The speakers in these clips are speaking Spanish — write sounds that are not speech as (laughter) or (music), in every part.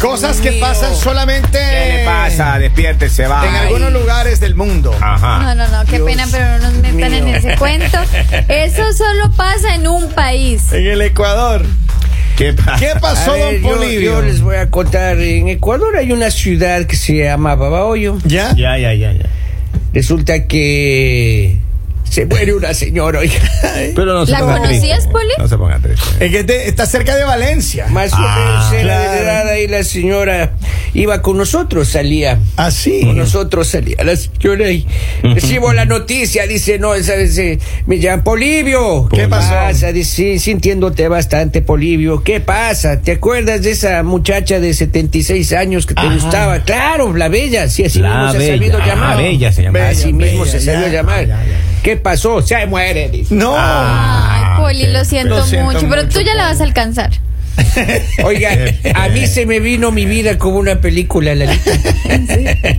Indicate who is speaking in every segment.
Speaker 1: cosas que pasan solamente
Speaker 2: ¿Qué le pasa? Despiértese, va.
Speaker 1: en algunos lugares del mundo.
Speaker 3: Ah.
Speaker 2: Ajá.
Speaker 4: No, no, no, qué
Speaker 1: Dios
Speaker 4: pena, pero no nos metan en
Speaker 1: mío.
Speaker 4: ese cuento. Eso solo pasa en un país.
Speaker 1: En el Ecuador.
Speaker 2: ¿Qué pasa?
Speaker 1: ¿Qué pasó,
Speaker 3: (laughs) A ver,
Speaker 1: don
Speaker 3: yo-
Speaker 1: Polivio?
Speaker 3: Yo, les voy a contar. En Ecuador hay una ciudad que se llama Babahoyo.
Speaker 1: ¿Ya?
Speaker 2: Ya, ya, ya, ya.
Speaker 3: Resulta que se muere una señora, oiga. (laughs)
Speaker 2: Pero no se
Speaker 4: ¿La
Speaker 2: ponga triste.
Speaker 4: conocías, Poli?
Speaker 2: No se ponga triste.
Speaker 1: Es que te- está cerca de Valencia.
Speaker 3: Más
Speaker 2: Ah,
Speaker 3: o menos era
Speaker 1: claro.
Speaker 3: de edad ahí la señora iba con nosotros, salía.
Speaker 1: Así.
Speaker 3: Con nosotros salía la señora y recibo la noticia, dice, no, esa dice, me llaman Polivio.
Speaker 2: ¿Qué pasó?
Speaker 3: pasa? Dice, sintiéndote bastante, Polivio. ¿Qué pasa? ¿Te acuerdas de esa muchacha de 76 años que te
Speaker 2: Ajá.
Speaker 3: gustaba? Claro, la bella, sí, así mismo
Speaker 2: La
Speaker 3: se ha sabido
Speaker 2: bella.
Speaker 3: llamar.
Speaker 2: Ah, bella se llama.
Speaker 1: Bella.
Speaker 3: Así mismo se
Speaker 1: Bella,
Speaker 3: sabido
Speaker 1: ya,
Speaker 3: llamar.
Speaker 1: ya, ya.
Speaker 3: ¿Qué pasó? Se muere, dice.
Speaker 1: No.
Speaker 2: Ah,
Speaker 4: Ay, Poli,
Speaker 2: qué
Speaker 4: lo siento,
Speaker 1: lo siento
Speaker 4: mucho, pero
Speaker 1: mucho,
Speaker 4: tú ya la
Speaker 1: Poli.
Speaker 4: vas a alcanzar.
Speaker 1: (laughs)
Speaker 3: Oiga, a mí se me vino mi vida como una
Speaker 1: (laughs)
Speaker 3: película, Lalita.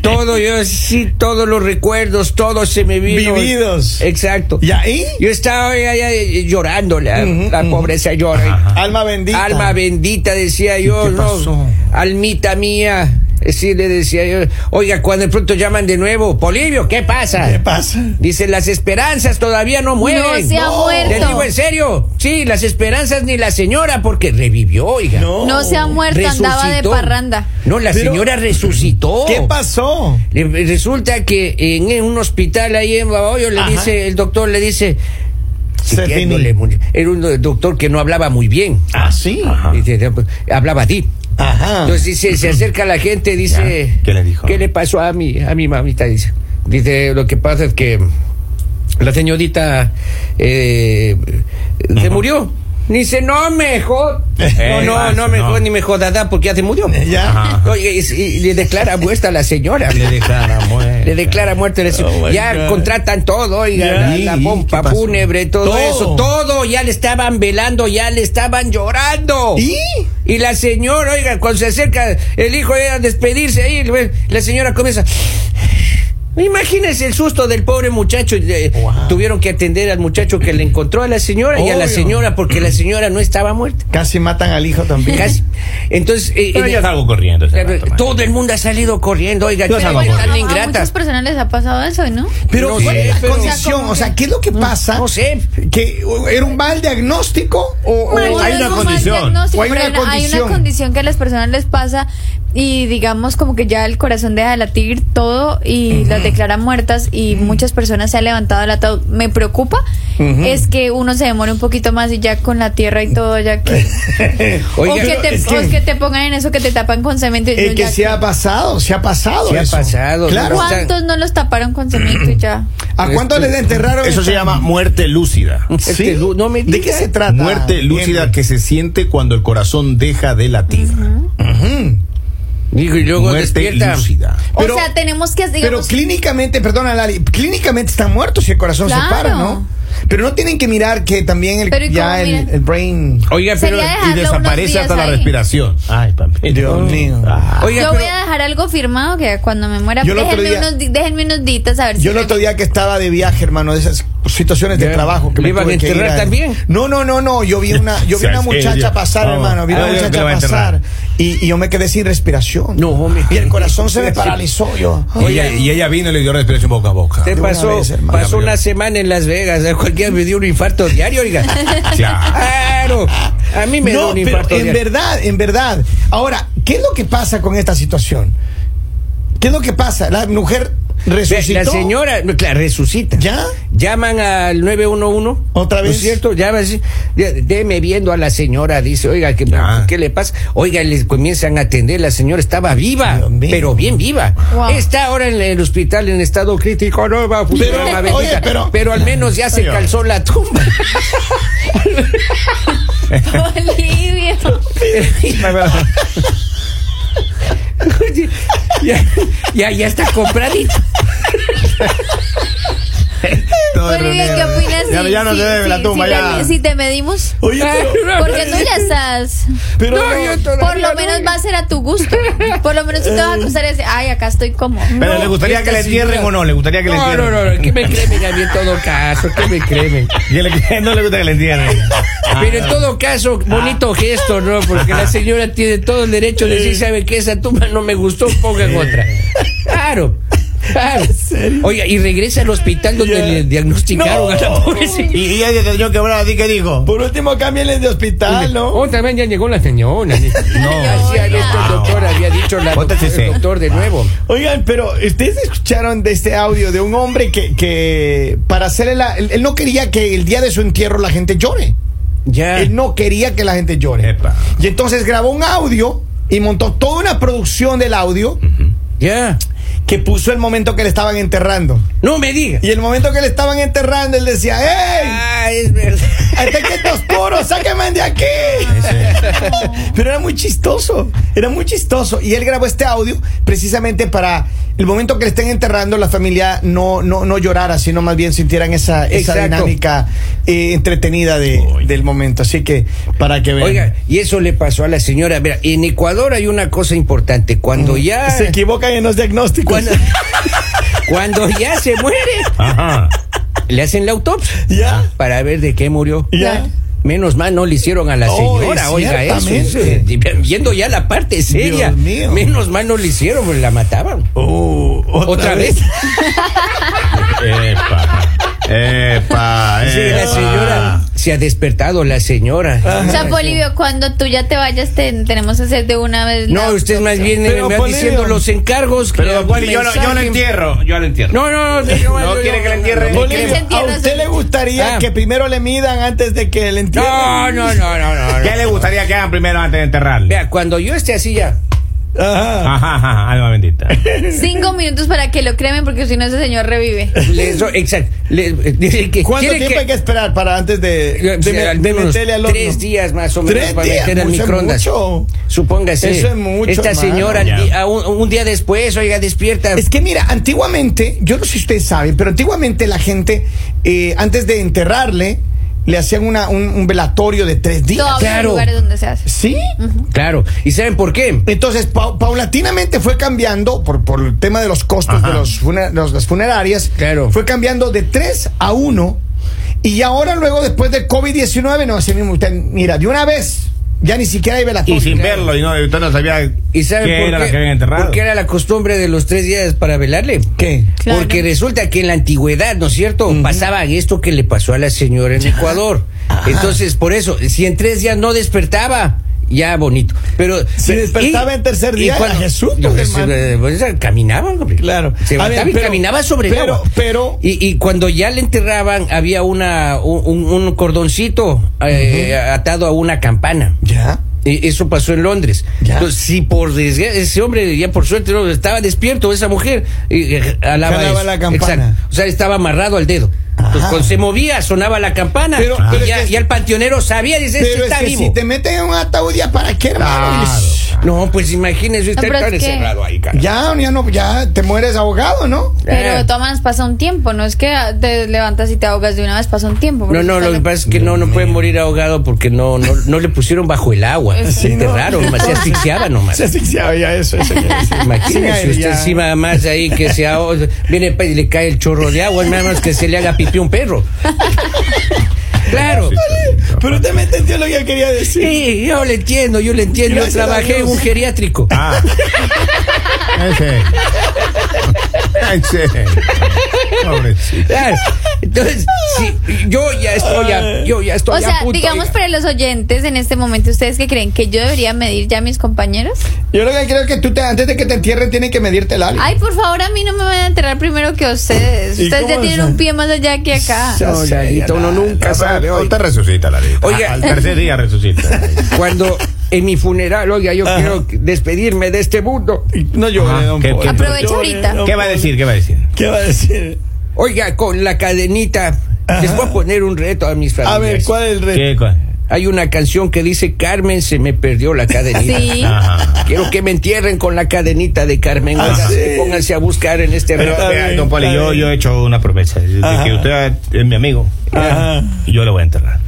Speaker 3: Todo, yo sí, todos los recuerdos, todo se me vino.
Speaker 1: Vividos.
Speaker 3: Exacto.
Speaker 1: ¿Y ahí?
Speaker 3: Yo estaba ahí, ahí, ahí, llorando, la,
Speaker 1: Ujú,
Speaker 3: la
Speaker 1: ujú.
Speaker 3: pobreza llora.
Speaker 1: Alma bendita.
Speaker 3: Alma bendita, decía yo,
Speaker 1: qué
Speaker 3: no,
Speaker 1: pasó?
Speaker 3: almita mía. Sí, le decía yo, oiga, cuando de pronto llaman de nuevo, Polivio, ¿qué pasa?
Speaker 1: ¿Qué pasa?
Speaker 3: Dicen, las esperanzas todavía no mueren.
Speaker 4: No se ha muerto.
Speaker 3: Te digo en serio, sí, las esperanzas ni la señora, porque revivió, oiga.
Speaker 4: No
Speaker 1: Oh,
Speaker 4: se ha muerto, andaba de
Speaker 3: Resucitó.
Speaker 4: parranda.
Speaker 3: No, la
Speaker 1: Pero-
Speaker 3: señora resucitó.
Speaker 1: ¿Qué pasó?
Speaker 3: Le- Resulta que en, en un hospital ahí en Babahoyo le
Speaker 1: Ajá.
Speaker 3: dice, el doctor le dice,
Speaker 1: Se
Speaker 3: sintiéndole
Speaker 1: finí.
Speaker 3: muy- era un doctor que no hablaba muy bien.
Speaker 1: Así.
Speaker 2: Ajá.
Speaker 3: Dice, pues, Hablaba así.
Speaker 1: Ah, Ajá.
Speaker 3: Entonces dice, se acerca la gente, dice,
Speaker 2: Ah. Ya. ¿Qué le dijo?
Speaker 3: ¿Qué le pasó a mi, a mi mamita? Dice, dice, lo que pasa es que la señorita eh, se murió. Dice, no me jod.
Speaker 2: (laughs)
Speaker 3: No,
Speaker 2: Eh,
Speaker 3: no,
Speaker 2: vas,
Speaker 3: no me
Speaker 2: no.
Speaker 3: jod ni me jodada porque ya se murió.
Speaker 1: Ya.
Speaker 2: Ajá.
Speaker 3: Oye, y, y le declara muerta a la señora.
Speaker 2: Le declara muerta.
Speaker 3: Le declara muerta a la señora.
Speaker 2: Oh, my
Speaker 3: ya
Speaker 2: God.
Speaker 3: contratan todo,
Speaker 2: Ya.
Speaker 3: oiga, la, la
Speaker 2: ¿Y qué
Speaker 3: pompa
Speaker 2: pasó?
Speaker 3: fúnebre, todo,
Speaker 1: Todo.
Speaker 3: eso, todo. Ya le estaban velando, ya le estaban llorando.
Speaker 1: ¿Y?
Speaker 3: Y la señora, oiga, cuando se acerca el hijo eh, a despedirse ahí, le- la señora comienza. Imagínense el susto del pobre muchacho. eh,
Speaker 1: Wow.
Speaker 3: Tuvieron que atender al muchacho que le encontró a la señora y a la
Speaker 1: Obvio.
Speaker 3: señora porque la señora no estaba muerta.
Speaker 1: Casi matan al hijo también.
Speaker 2: (laughs)
Speaker 3: Casi. Entonces, eh,
Speaker 2: Pero
Speaker 3: en-
Speaker 2: ya salgo corriendo. ese
Speaker 3: Claro,
Speaker 2: rato, man.
Speaker 3: todo el mundo ha salido corriendo, oiga,
Speaker 2: Yo
Speaker 3: qué
Speaker 2: salgo
Speaker 3: tan
Speaker 2: corriendo.
Speaker 4: A muchas
Speaker 3: ingratas.
Speaker 4: personas les ha pasado eso, ¿no?
Speaker 1: Pero
Speaker 3: No
Speaker 1: ¿cuál
Speaker 3: sé,
Speaker 1: es la
Speaker 3: pero-
Speaker 1: condición?
Speaker 4: como
Speaker 1: o sea, ¿qué es lo que pasa?
Speaker 3: No sé.
Speaker 1: ¿Que o, era un mal diagnóstico o, o-
Speaker 4: Bueno,
Speaker 2: hay una
Speaker 4: algo más
Speaker 2: condición.
Speaker 4: diagnóstico,
Speaker 1: O hay una
Speaker 4: pero
Speaker 1: condición.
Speaker 4: condición que a las personas les pasa y digamos como que ya el corazón deja de latir todo y las declaran muertas y muchas personas se han levantado del ataúd. Me preocupa es que uno se demore un poquito más y ya con la tierra y todo
Speaker 1: (laughs)
Speaker 4: ya que... o,
Speaker 3: Oiga,
Speaker 4: que te,
Speaker 1: es que-
Speaker 4: o que te pongan en eso que te tapan con cemento y
Speaker 1: es
Speaker 4: no,
Speaker 1: que
Speaker 4: ya
Speaker 1: se ha pasado, se ha pasado.
Speaker 3: Se ha
Speaker 1: eso.
Speaker 3: pasado,
Speaker 1: Claro.
Speaker 3: ¿no?
Speaker 4: ¿Cuántos no los taparon con cemento y ya?
Speaker 1: ¿A cuánto les enterraron?
Speaker 2: Eso
Speaker 1: esta-
Speaker 2: se llama muerte (laughs) lúcida.
Speaker 3: Este,
Speaker 1: ¿Sí?
Speaker 3: lu- no me
Speaker 1: ¿De qué
Speaker 3: diga.
Speaker 1: se trata?
Speaker 2: Muerte lúcida
Speaker 1: Henry?
Speaker 2: que se siente cuando el corazón deja de latir.
Speaker 3: Digo, y luego
Speaker 2: Muerte
Speaker 3: despierta.
Speaker 2: lúcida.
Speaker 1: Pero-
Speaker 4: o sea, tenemos que...
Speaker 1: Pero
Speaker 4: Digamos,
Speaker 1: clínicamente, perdona Lali, clínicamente están muertos si el corazón
Speaker 4: Claro.
Speaker 1: se para, ¿no? Pero no tienen que mirar que también el,
Speaker 4: Pero ¿y
Speaker 1: ya
Speaker 4: cómo
Speaker 1: el,
Speaker 4: miran?
Speaker 1: el brain.
Speaker 2: Oiga,
Speaker 4: pero- Sería dejarlo
Speaker 2: y desaparece
Speaker 4: unos
Speaker 2: hasta la
Speaker 4: días ahí.
Speaker 2: respiración. Ay, papi.
Speaker 1: Dios mío.
Speaker 2: Ah.
Speaker 3: Oiga,
Speaker 4: yo
Speaker 3: pero-
Speaker 4: voy a dejar algo firmado que cuando me muera, pues
Speaker 1: Yo el otro
Speaker 4: déjenme,
Speaker 1: día-
Speaker 4: unos, di- déjenme unos ditas a ver si...
Speaker 1: Yo el otro día que estaba de viaje, hermano, de esas situaciones de
Speaker 3: Ya.
Speaker 1: trabajo que
Speaker 3: ¿Le
Speaker 1: me
Speaker 3: iban
Speaker 1: tuve
Speaker 3: a
Speaker 1: que ir
Speaker 3: enterrar también?
Speaker 1: No, no, no, no. Yo vi una, yo vi
Speaker 2: Sea
Speaker 1: una
Speaker 2: serio.
Speaker 1: muchacha pasar,
Speaker 2: Vamos.
Speaker 1: hermano. Vi
Speaker 2: Ah,
Speaker 1: una
Speaker 2: yo creo que
Speaker 1: muchacha
Speaker 2: la va a enterrar.
Speaker 1: pasar y, y yo me quedé sin respiración.
Speaker 3: No, hombre.
Speaker 1: Y el corazón se me paralizó. Yo.
Speaker 2: Y ella, y ella vino y le dio respiración boca a boca.
Speaker 3: Te
Speaker 1: una
Speaker 3: pasó,
Speaker 1: vez, hermano.
Speaker 3: pasó una semana en Las Vegas. A cualquiera me dio un infarto diario,
Speaker 4: (laughs)
Speaker 3: oiga.
Speaker 2: (laughs) Ya.
Speaker 3: Claro. A mí me dio
Speaker 1: No,
Speaker 3: un
Speaker 1: pero
Speaker 3: infarto
Speaker 1: en
Speaker 3: diario.
Speaker 1: verdad, en verdad. Ahora, ¿qué es lo que pasa con esta situación? ¿Qué es lo que pasa? La mujer
Speaker 3: Ve,
Speaker 1: resucitó.
Speaker 3: La señora, claro, resucita. (laughs)
Speaker 1: ¿Ya?
Speaker 3: Llaman al 911.
Speaker 1: ¿Otra
Speaker 3: ¿No
Speaker 1: vez?
Speaker 3: es cierto? Llaman así. de- Deme viendo a la señora. Dice, oiga, ¿qué,
Speaker 2: Ya.
Speaker 3: ¿qué le pasa? Oiga, les comienzan a atender. La señora estaba viva,
Speaker 1: Dios mío.
Speaker 3: pero bien viva.
Speaker 4: Wow.
Speaker 3: Está ahora en el hospital en estado crítico. No va a funcionar
Speaker 1: Pero,
Speaker 3: la
Speaker 1: oye,
Speaker 3: bendita,
Speaker 1: pero-
Speaker 3: pero al menos ya se
Speaker 2: Oiga.
Speaker 3: calzó la tumba. (laughs)
Speaker 4: (laughs) Olivia. (laughs)
Speaker 3: ya, ya, ya está compradita.
Speaker 2: Todo
Speaker 4: Olivia, ¿qué
Speaker 2: reunido.
Speaker 4: opinas
Speaker 2: Ya- ya no te debe la tumba,
Speaker 4: si
Speaker 2: ya.
Speaker 4: Te, si te medimos,
Speaker 1: Oye, pero,
Speaker 4: porque tú ya estás.
Speaker 1: pero
Speaker 3: No, yo to-
Speaker 4: Por lo
Speaker 3: no,
Speaker 4: menos
Speaker 3: no.
Speaker 4: va a ser a tu gusto. Por lo menos tú te vas a cruzar y decir, ay, acá estoy como.
Speaker 2: Pero
Speaker 3: Eh. No,
Speaker 2: le gustaría
Speaker 3: esta
Speaker 2: que le entierren
Speaker 3: señora-
Speaker 2: o no, le gustaría que le
Speaker 3: No,
Speaker 2: entierren.
Speaker 3: no, no, no, que me cremen a mí en todo caso, que me cremen.
Speaker 2: (laughs) Y él- no le gusta que le
Speaker 3: (laughs)
Speaker 2: entierren. Ah.
Speaker 3: Pero en todo caso, bonito gesto, ¿no? Porque la señora tiene todo el derecho de decir, ¿sabe qué? Esa tumba no me gustó, pongan otra. Claro. Claro. Oiga, y regresa al hospital donde
Speaker 1: Ya.
Speaker 3: le diagnosticaron a la pobrecita.
Speaker 2: Y, y ella te tenía que hablar a ti, ¿qué dijo?
Speaker 1: por último cámbienle de hospital, ¿no?
Speaker 3: Oh, también ya llegó la señora.
Speaker 4: No.
Speaker 3: Así había esto el doctor, había dicho la
Speaker 2: Póntese
Speaker 3: doctor- el
Speaker 2: ese.
Speaker 3: doctor de nuevo.
Speaker 1: Oigan, pero ustedes escucharon de este audio de un hombre que, que para hacerle la... Él, él no quería que el día de su entierro la gente llore.
Speaker 3: Ya.
Speaker 1: Él no quería que la gente llore.
Speaker 2: Epa.
Speaker 1: Y entonces grabó un audio y montó toda una producción del audio
Speaker 3: Ya.
Speaker 1: que puso el momento que le estaban enterrando.
Speaker 3: No me diga.
Speaker 1: Y el momento que le estaban enterrando, él decía, ¡Ey!
Speaker 3: Ah, es verdad.
Speaker 1: ¡Este que está oscuro! ¡Sáquenme de aquí! Pero era muy chistoso, era muy chistoso. Y él grabó este audio precisamente para el momento que le estén enterrando, la familia no, no, no llorara, sino más bien sintieran esa, esa
Speaker 3: Exacto.
Speaker 1: dinámica eh, entretenida de-
Speaker 2: Uy.
Speaker 1: del momento. Así que, para que vean.
Speaker 3: Oiga, y eso le pasó a la señora. Mira, en Ecuador hay una cosa importante. Cuando ya.
Speaker 1: Se equivocan en los diagnósticos.
Speaker 3: cuando, (laughs) cuando ya se muere,
Speaker 2: Ajá.
Speaker 3: le hacen la autopsia. ¿ah?
Speaker 1: Ya.
Speaker 3: Para ver de qué murió.
Speaker 1: Ya.
Speaker 3: Menos mal no le hicieron a la
Speaker 1: Oh,
Speaker 3: señora, oiga eso.
Speaker 1: ciertamente.
Speaker 3: eh, Viendo ya la parte seria.
Speaker 1: mío.
Speaker 3: Menos mal no le hicieron, pues la mataban.
Speaker 1: Oh,
Speaker 2: Uh,
Speaker 3: Otra vez. (laughs)
Speaker 2: (laughs) Epa. Epa.
Speaker 3: Sí, la
Speaker 2: epa.
Speaker 3: señora se ha despertado la señora.
Speaker 4: O sea, Polivio, cuando tú ya te vayas, te, tenemos que hacer de una vez. la-
Speaker 3: No, usted más bien eh,
Speaker 1: Pero,
Speaker 3: me va
Speaker 1: Polibio.
Speaker 3: diciendo los encargos. que-
Speaker 2: Pero Poli, yo, lo- yo lo
Speaker 3: mensaje-
Speaker 2: entierro. Yo lo entierro.
Speaker 3: No, no, no.
Speaker 2: No quiere que la entierren.
Speaker 3: no, no,
Speaker 1: Bolivia,
Speaker 4: se
Speaker 1: ¿A
Speaker 4: entierra,
Speaker 1: usted
Speaker 4: se-
Speaker 1: le gustaría
Speaker 3: Ah.
Speaker 1: que primero le midan antes de que le entierren?
Speaker 3: No, no, no, no, no. no.
Speaker 2: ¿Qué le gustaría que hagan primero antes de enterrarle?
Speaker 3: Vea, cuando yo esté así ya.
Speaker 1: Ajá.
Speaker 2: Ajá, ajá, alma
Speaker 3: (laughs)
Speaker 2: bendita.
Speaker 4: Cinco minutos para que lo cremen, porque si no, ese señor revive.
Speaker 3: Les doy- exacto. les- eh, dice que
Speaker 1: ¿Cuánto
Speaker 3: quiere
Speaker 1: tiempo hay que esperar para antes de,
Speaker 3: Eh,
Speaker 1: de,
Speaker 3: sí,
Speaker 1: me-
Speaker 3: al
Speaker 1: de
Speaker 3: menos
Speaker 1: meterle al horno?
Speaker 3: tres días más o menos
Speaker 1: Tres
Speaker 3: para
Speaker 1: días,
Speaker 3: meter al
Speaker 1: mucho,
Speaker 3: microondas.
Speaker 1: mucho.
Speaker 3: Supóngase.
Speaker 1: Eso es mucho,
Speaker 3: Esta
Speaker 1: hermano.
Speaker 3: señora al
Speaker 2: Ya.
Speaker 3: di- a un, un día después, oiga, despierta.
Speaker 1: Es que mira, antiguamente, yo no sé si ustedes saben, pero antiguamente la gente, eh, antes de enterrarle, le hacían una, un, un velatorio de tres días.
Speaker 4: Todavía hay
Speaker 3: claro.
Speaker 4: lugares donde se hace.
Speaker 1: ¿Sí?
Speaker 3: Claro. ¿Y saben por qué?
Speaker 1: Entonces, pau- paulatinamente fue cambiando, por, por el tema de los costos
Speaker 2: Ajá.
Speaker 1: de los funer- los- las funerarias,
Speaker 3: Claro.
Speaker 1: fue cambiando de 3 a 1. Y ahora luego, después del COVID-19, no, así mismo, usted, mira, de una vez, ya ni siquiera hay velatorio.
Speaker 2: Y sin verlo, y no, y usted no sabía
Speaker 3: ¿Y saben
Speaker 2: qué
Speaker 3: por
Speaker 2: era
Speaker 3: qué?
Speaker 2: la que habían enterrado.
Speaker 3: Porque era la costumbre de los tres días para velarle.
Speaker 1: ¿Qué?
Speaker 4: Claro.
Speaker 3: Porque resulta que en la antigüedad, ¿no es cierto? Pasaba esto que le pasó a la señora en Ecuador.
Speaker 1: Ah.
Speaker 3: Entonces, por eso, si en tres días no despertaba, ya bonito. Pero
Speaker 1: Si
Speaker 3: pero-
Speaker 1: despertaba en tercer día,
Speaker 3: cuando-
Speaker 1: era Jesús,
Speaker 3: No,
Speaker 1: pues,
Speaker 3: Jesús,
Speaker 1: hermano.
Speaker 3: eh, pues, caminaba, hombre.
Speaker 1: Claro.
Speaker 3: Se
Speaker 1: A
Speaker 3: levantaba
Speaker 1: ver,
Speaker 3: y
Speaker 1: pero-
Speaker 3: caminaba sobre el
Speaker 1: pero-
Speaker 3: agua.
Speaker 1: pero-
Speaker 3: y, y cuando ya le enterraban, había una un, un- un cordoncito eh, atado a una campana.
Speaker 1: Ya.
Speaker 3: Eh, Eso pasó en Londres.
Speaker 1: Ya.
Speaker 3: Entonces, si por desgracia, ese hombre ya por suerte no, estaba despierto, esa mujer eh, eh, alaba
Speaker 1: Jalaba
Speaker 3: eso.
Speaker 1: la campana.
Speaker 3: Exacto. O sea, estaba amarrado al dedo.
Speaker 1: Ajá.
Speaker 3: Entonces, cuando se movía, sonaba la campana.
Speaker 1: Pero-
Speaker 3: y,
Speaker 1: pero
Speaker 3: ya,
Speaker 1: es que-
Speaker 3: y el panteonero sabía, dice, este
Speaker 1: Pero es
Speaker 3: está
Speaker 1: que
Speaker 3: vivo.
Speaker 1: si te meten en un ataúd, ¿ya para qué, hermano?
Speaker 3: No, pues imagínese usted
Speaker 4: pero es
Speaker 3: estar
Speaker 4: que-
Speaker 3: encerrado ahí, cara.
Speaker 1: Ya, ya no, ya te mueres ahogado, ¿no?
Speaker 4: Pero
Speaker 3: Ah.
Speaker 4: de todas maneras pasa un tiempo, no es que te levantas y te ahogas de una vez, pasa un tiempo.
Speaker 3: No, no, lo que pasa es que no, no puede morir ahogado porque no, no, no le pusieron bajo el agua.
Speaker 1: Sí,
Speaker 3: se
Speaker 1: no.
Speaker 3: enterraron, más, se asfixiaba nomás.
Speaker 1: Se asfixiaba ya eso. eso ya, sí.
Speaker 3: Imagínese
Speaker 1: Sí,
Speaker 3: usted
Speaker 1: ya.
Speaker 3: encima más ahí que se ahoga, viene pa- y le cae el chorro de agua, nada más que se le haga pipí a un perro. Claro.
Speaker 1: (laughs) Pero usted me entendió lo que yo quería decir.
Speaker 3: Sí, yo le entiendo, yo le entiendo.
Speaker 1: Gracias
Speaker 3: yo
Speaker 1: a
Speaker 3: trabajé en
Speaker 1: Dios.
Speaker 3: un geriátrico.
Speaker 2: Ah. Ese.
Speaker 3: (laughs)
Speaker 2: Ese. Pobrecito.
Speaker 3: Claro. Entonces, sí, yo ya estoy a, yo ya estoy
Speaker 4: O
Speaker 3: a
Speaker 4: sea,
Speaker 3: punto,
Speaker 4: digamos
Speaker 3: oiga.
Speaker 4: para los oyentes en este momento, ¿ustedes que creen que yo debería medir ya a mis compañeros?
Speaker 1: Yo lo que creo es que tú, te, antes de que te entierren, tienen que medirte el alma.
Speaker 4: Ay, por favor, a mí no me van a enterrar primero que a ustedes.
Speaker 1: ¿Y
Speaker 4: Ustedes ya
Speaker 1: cómo
Speaker 4: tienen
Speaker 1: son?
Speaker 4: un pie más allá que acá.
Speaker 1: Sí.
Speaker 3: No, Sarita, uno nunca sabe.
Speaker 2: Hoy
Speaker 3: oiga.
Speaker 2: te resucita la vida.
Speaker 3: Oiga.
Speaker 2: Al tercer día
Speaker 3: (laughs)
Speaker 2: resucita.
Speaker 3: Cuando en mi funeral, oiga, yo
Speaker 1: Ajá.
Speaker 3: quiero despedirme de este mundo.
Speaker 1: No llores,
Speaker 2: Ajá,
Speaker 1: don
Speaker 2: ¿qué-
Speaker 1: Poli,
Speaker 2: qué-
Speaker 1: eh, no
Speaker 4: Aprovecha
Speaker 1: llores,
Speaker 4: ahorita.
Speaker 1: don
Speaker 2: ¿Qué va a
Speaker 1: Poli.
Speaker 2: decir? ¿Qué va a decir?
Speaker 1: ¿Qué va a decir?
Speaker 3: Oiga, con la cadenita. Les voy a poner un reto a mis
Speaker 1: A
Speaker 3: familiares.
Speaker 1: ver, ¿cuál es el reto?
Speaker 2: ¿Qué? cuál?
Speaker 3: Hay una canción que dice Carmen se me perdió la cadenita.
Speaker 4: Sí.
Speaker 2: Ajá.
Speaker 3: Quiero que me entierren con la cadenita de Carmen.
Speaker 1: Ah,
Speaker 3: Oigan,
Speaker 1: sí.
Speaker 3: Pónganse a buscar en este
Speaker 2: Pero,
Speaker 3: rato.
Speaker 2: vea, don Poli,
Speaker 1: eh, está
Speaker 2: yo,
Speaker 1: bien.
Speaker 2: yo he hecho una promesa. De
Speaker 1: Ajá.
Speaker 2: que usted es mi amigo.
Speaker 1: Ajá. Ah,
Speaker 2: Y yo le voy a enterrar.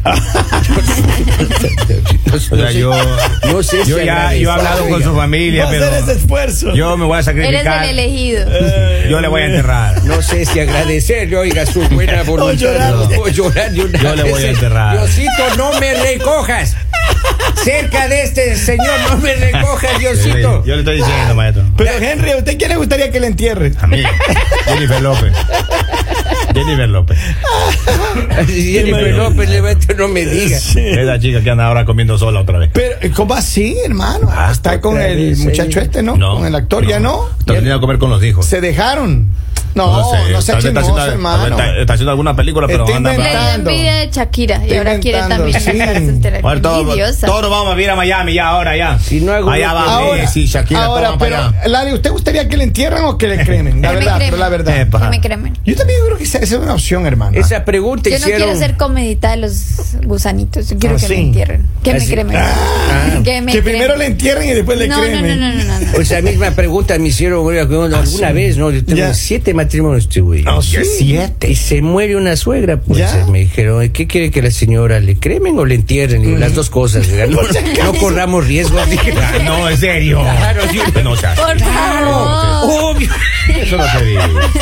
Speaker 3: No sé-
Speaker 2: O sea, yo,
Speaker 1: (laughs)
Speaker 3: no sé si
Speaker 2: yo ya yo he
Speaker 3: agradezco,
Speaker 2: hablado con
Speaker 3: oiga.
Speaker 2: su familia,
Speaker 1: Va a hacer ese
Speaker 2: pero
Speaker 1: esfuerzo.
Speaker 2: yo me voy a
Speaker 4: Eres
Speaker 2: sacrificar.
Speaker 4: el elegido.
Speaker 1: Eh,
Speaker 2: Yo le voy
Speaker 1: (laughs)
Speaker 2: a enterrar. (laughs)
Speaker 3: No sé si agradecerle, oiga, su buena voluntad.
Speaker 1: llorar.
Speaker 3: O llorar de una
Speaker 2: Yo le
Speaker 3: vez.
Speaker 2: voy a enterrar.
Speaker 3: Diosito, no me recojas. Cerca de este señor, no me recojas, Diosito.
Speaker 2: Yo le estoy diciendo, maestro.
Speaker 1: Pero Henry, ¿a usted quién le gustaría que le entierre?
Speaker 2: A mí, Jennifer López. Jennifer López.
Speaker 3: Si Jennifer López levante, no me diga.
Speaker 2: Es la chica que anda ahora comiendo sola otra vez.
Speaker 1: Pero, eh, ¿cómo así, hermano?
Speaker 2: Ah,
Speaker 1: Está con
Speaker 3: otra
Speaker 1: el
Speaker 3: vez,
Speaker 1: muchacho
Speaker 3: eh.
Speaker 1: este, ¿no? Con el actor, ¿ya no?
Speaker 2: Está venido a comer con los hijos.
Speaker 1: Se dejaron. No, no, sea
Speaker 2: tal vez está
Speaker 1: chismoso,
Speaker 2: haciendo- tal vez
Speaker 1: hermano.
Speaker 2: Está, está haciendo alguna película, pero
Speaker 1: Está
Speaker 2: anda.
Speaker 4: Le dio
Speaker 1: inventando.
Speaker 4: envidia de Shakira y
Speaker 1: Estoy
Speaker 4: ahora quiere
Speaker 1: inventando,
Speaker 4: (laughs) también
Speaker 1: sí.
Speaker 4: sacarse
Speaker 2: Ahora todos
Speaker 4: Envidiosa.
Speaker 2: todos nos vamos a ir a Miami ya, ahora ya.
Speaker 3: Si no hago
Speaker 2: allá
Speaker 3: lo
Speaker 2: va.
Speaker 3: que-
Speaker 1: Ahora,
Speaker 2: eh, sí, Shakira,
Speaker 1: ahora
Speaker 2: toma
Speaker 1: pero,
Speaker 2: para allá.
Speaker 1: Lali, ¿usted gustaría que le entierran o que le
Speaker 2: (laughs)
Speaker 1: cremen? La
Speaker 4: Que me
Speaker 1: verdad,
Speaker 4: cremen.
Speaker 1: pero la verdad.
Speaker 2: Epa.
Speaker 4: Que me cremen.
Speaker 1: Yo también creo que esa, esa es una opción, hermano.
Speaker 3: Esa pregunta
Speaker 4: Yo no
Speaker 3: hicieron.
Speaker 4: quiero ser comedita de los gusanitos. Yo quiero
Speaker 1: Ah,
Speaker 4: que
Speaker 1: sí. Ah,
Speaker 4: me entierren. Que me
Speaker 3: Así.
Speaker 4: cremen. que me
Speaker 1: que primero
Speaker 4: cremen.
Speaker 1: le entierren y después le
Speaker 4: no, no,
Speaker 1: cremen.
Speaker 4: no, no, no, no.
Speaker 3: O esa misma pregunta me hicieron güey, que uno- alguna vez, ¿no? Yo tengo
Speaker 1: Ah, Ya.
Speaker 3: siete matrimonios, este güey.
Speaker 1: Ah, ¿sí?
Speaker 3: Siete. Y se muere una suegra, pues.
Speaker 1: ¿Ya?
Speaker 3: eh, Me dijeron, "¿Eh, ¿qué quiere que la señora le cremen o le entierren? Y las dos cosas. ¿verdad?
Speaker 1: (laughs)
Speaker 3: No, no corramos riesgos. dije.
Speaker 2: Ah, No, en serio.
Speaker 3: Claro, sí.
Speaker 2: No seas-
Speaker 4: Por favor.
Speaker 3: Obvio.
Speaker 2: Eso no se dice.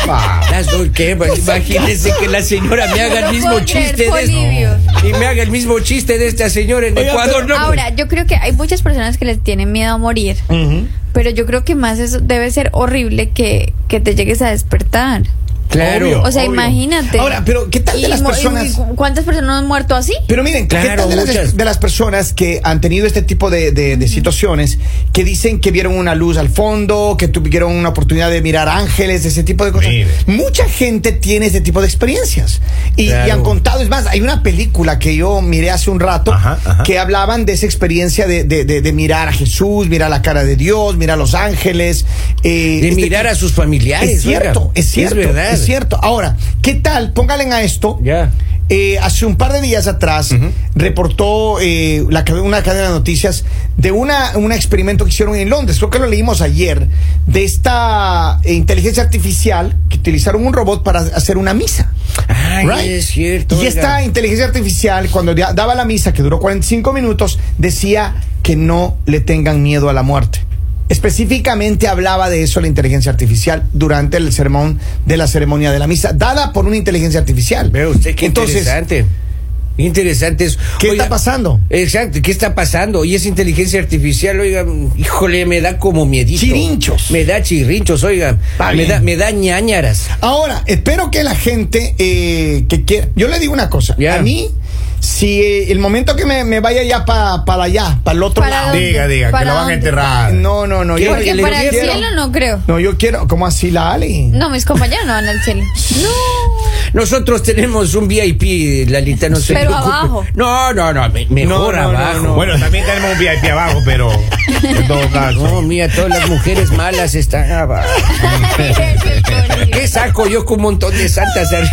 Speaker 2: Ah,
Speaker 3: Las dos que, pues, imagínense que la señora me haga
Speaker 4: No
Speaker 3: el mismo
Speaker 4: puedo creer,
Speaker 3: chiste de
Speaker 4: Polibio.
Speaker 3: este- Y me haga el mismo chiste de esta señora en
Speaker 1: Oiga,
Speaker 3: Ecuador,
Speaker 1: pero-
Speaker 3: ¿no?
Speaker 4: Ahora, yo creo que hay muchas personas que les tienen miedo a morir.
Speaker 1: Ujú.
Speaker 4: Pero yo creo que más eso debe ser horrible que, que te llegues a despertar.
Speaker 3: pues, Claro.
Speaker 1: Obvio,
Speaker 4: O sea,
Speaker 1: obvio.
Speaker 4: imagínate.
Speaker 1: Ahora, pero ¿qué tal de
Speaker 4: Y
Speaker 1: las
Speaker 4: mo- y
Speaker 1: personas?
Speaker 4: cu- ¿Cuántas personas han muerto así?
Speaker 1: Pero miren, ¿qué
Speaker 3: Claro,
Speaker 1: tal de las,
Speaker 3: muchas.
Speaker 1: de las personas que han tenido este tipo de, de- de situaciones que dicen que vieron una luz al fondo, que tuvieron una oportunidad de mirar ángeles, ese tipo de cosas?
Speaker 2: Mire.
Speaker 1: Mucha gente tiene este tipo de experiencias y, y
Speaker 3: Claro.
Speaker 1: han contado. Es más, hay una película que yo miré hace un rato
Speaker 2: Ajá, ajá.
Speaker 1: que hablaban de esa experiencia de, de- de- de mirar a Jesús, mirar la cara de Dios, mirar a los ángeles. eh,
Speaker 3: De
Speaker 1: este
Speaker 3: mirar
Speaker 1: tipo-
Speaker 3: a sus familiares.
Speaker 1: es cierto,
Speaker 3: oiga.
Speaker 1: es cierto,
Speaker 3: Es verdad.
Speaker 1: es cierto. Ahora, ¿qué tal? Pónganle a esto.
Speaker 3: Ya.
Speaker 1: Eh, hace un par de días atrás reportó eh, la cade- una cadena de noticias de una un experimento que hicieron en Londres, creo que lo leímos ayer, de esta eh, inteligencia artificial que utilizaron un robot para hacer una misa.
Speaker 3: Ay,
Speaker 1: Right.
Speaker 3: es cierto.
Speaker 1: Y
Speaker 3: oiga.
Speaker 1: esta inteligencia artificial, cuando da- daba la misa, que duró 45 minutos, decía que no le tengan miedo a la muerte. Específicamente hablaba de eso la inteligencia artificial durante el sermón de la ceremonia de la misa, dada por una inteligencia artificial.
Speaker 3: Vea usted qué
Speaker 1: Entonces,
Speaker 3: interesante. Interesante eso.
Speaker 1: ¿qué
Speaker 3: Oiga,
Speaker 1: está pasando?
Speaker 3: Exacto, ¿qué está pasando? Y esa inteligencia artificial, oiga, híjole, me da como miedito.
Speaker 1: Chirrinchos.
Speaker 3: Me da chirrinchos, oiga.
Speaker 1: Está
Speaker 3: Me
Speaker 1: bien.
Speaker 3: da, me da ñañaras.
Speaker 1: Ahora, espero que la gente eh, que quiera. Yo le digo una cosa.
Speaker 3: Ya.
Speaker 1: A mí, si eh, el momento que me, me vaya ya para allá, para el otro
Speaker 4: ¿Para
Speaker 1: lado.
Speaker 4: dónde?
Speaker 2: Diga, diga, que
Speaker 4: ¿Para
Speaker 2: lo van a
Speaker 4: dónde?
Speaker 2: enterrar.
Speaker 1: No, no, no.
Speaker 3: ¿Qué?
Speaker 1: Yo,
Speaker 3: Porque
Speaker 1: yo
Speaker 4: Para el
Speaker 1: quiero-
Speaker 4: cielo no creo.
Speaker 1: No, yo quiero. ¿Cómo así la Ali?
Speaker 4: No, mis compañeros no van al
Speaker 1: (laughs)
Speaker 4: cielo. (laughs) No.
Speaker 3: Nosotros tenemos un VIP, Lalita, no se
Speaker 4: Pero
Speaker 3: preocupe.
Speaker 4: abajo.
Speaker 3: No, no, no, me- mejor
Speaker 1: No, no, no,
Speaker 3: abajo.
Speaker 1: no.
Speaker 2: Bueno, también tenemos un VIP abajo, pero en todo
Speaker 3: No,
Speaker 2: caso.
Speaker 3: mira, todas las mujeres malas están abajo. ¿Qué saco yo con un montón de santas arriba?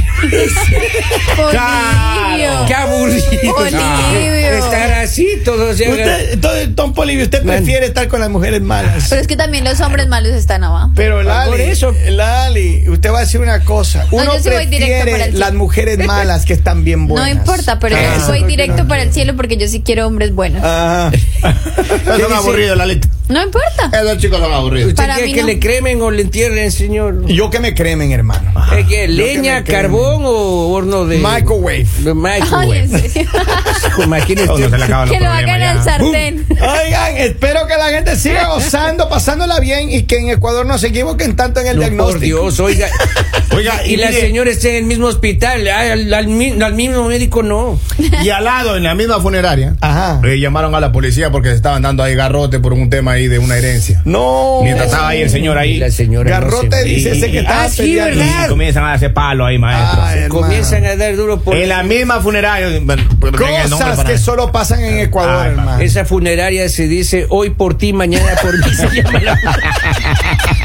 Speaker 4: Polibio.
Speaker 3: ¡Qué aburrido!
Speaker 4: Bolivio.
Speaker 3: Estar así todos llegan.
Speaker 1: Usted, Eh, entonces, Tom Polivio, usted
Speaker 3: Man.
Speaker 1: prefiere estar con las mujeres malas.
Speaker 4: Pero es que también los hombres malos están abajo.
Speaker 1: Pero Lali,
Speaker 3: por eso.
Speaker 1: Lali, usted va a decir una cosa.
Speaker 4: No,
Speaker 1: Uno
Speaker 4: yo sí voy directo para
Speaker 1: prefiere
Speaker 4: el
Speaker 1: las
Speaker 4: cielo.
Speaker 1: mujeres
Speaker 4: (laughs)
Speaker 1: malas que están bien
Speaker 4: No
Speaker 1: buenas.
Speaker 4: importa, pero yo
Speaker 1: Ah,
Speaker 4: sí voy
Speaker 1: no,
Speaker 4: directo
Speaker 1: no,
Speaker 4: para el cielo porque yo sí quiero hombres buenos.
Speaker 3: (laughs)
Speaker 1: Ajá.
Speaker 2: Eso me aburrido, Lalita.
Speaker 4: No importa.
Speaker 2: Esos chicos son aburridos.
Speaker 3: ¿Usted
Speaker 4: Para
Speaker 3: quiere
Speaker 4: mí
Speaker 3: que
Speaker 4: no.
Speaker 3: le cremen o le entierren, señor?
Speaker 1: Yo que me cremen, hermano.
Speaker 3: Eh, ¿qué,
Speaker 1: Yo que
Speaker 3: ¿Leña,
Speaker 1: me cremen.
Speaker 3: carbón o horno de...?
Speaker 1: Microwave.
Speaker 3: De
Speaker 4: Ay, en
Speaker 3: microwave.
Speaker 4: serio. (laughs)
Speaker 1: Oh,
Speaker 2: No,
Speaker 3: (laughs) Imagínese.
Speaker 2: no se le acaban los
Speaker 4: que lo
Speaker 2: problemas
Speaker 4: hagan
Speaker 2: ya.
Speaker 4: al
Speaker 1: ¡Bum!
Speaker 4: sartén.
Speaker 1: Oigan, espero que la gente
Speaker 4: (laughs)
Speaker 1: siga gozando, pasándola bien y que en Ecuador no se equivoquen tanto en el
Speaker 3: No,
Speaker 1: diagnóstico.
Speaker 3: por
Speaker 1: (laughs)
Speaker 3: Dios, oiga.
Speaker 2: Oiga,
Speaker 3: Y,
Speaker 2: y,
Speaker 3: la
Speaker 2: mire,
Speaker 3: señora está en el mismo hospital. ay, Al, al mi- al mismo médico no.
Speaker 2: y al lado, en la misma funeraria,
Speaker 1: Ajá.
Speaker 2: eh, llamaron a la policía porque se estaban dando ahí garrote por un tema ahí de una herencia.
Speaker 1: No.
Speaker 2: Mientras estaba ahí el señor
Speaker 3: Y
Speaker 2: ahí.
Speaker 3: la señora. no
Speaker 1: Garrote
Speaker 3: se-
Speaker 1: dice ese que estaba
Speaker 3: Ah, sí,
Speaker 1: peleando.
Speaker 3: ¿verdad?
Speaker 2: Y comienzan a hacer palo ahí, maestro.
Speaker 1: Ay, hermano.
Speaker 3: Comienzan a dar duro por.
Speaker 2: en la misma funeraria. bueno, tenga el nombre
Speaker 1: Cosas
Speaker 2: para-
Speaker 1: que solo pasan en Ecuador,
Speaker 2: Ay, papá.
Speaker 1: hermano.
Speaker 3: (laughs) Esa funeraria se dice hoy por ti, mañana por mí. se llama la-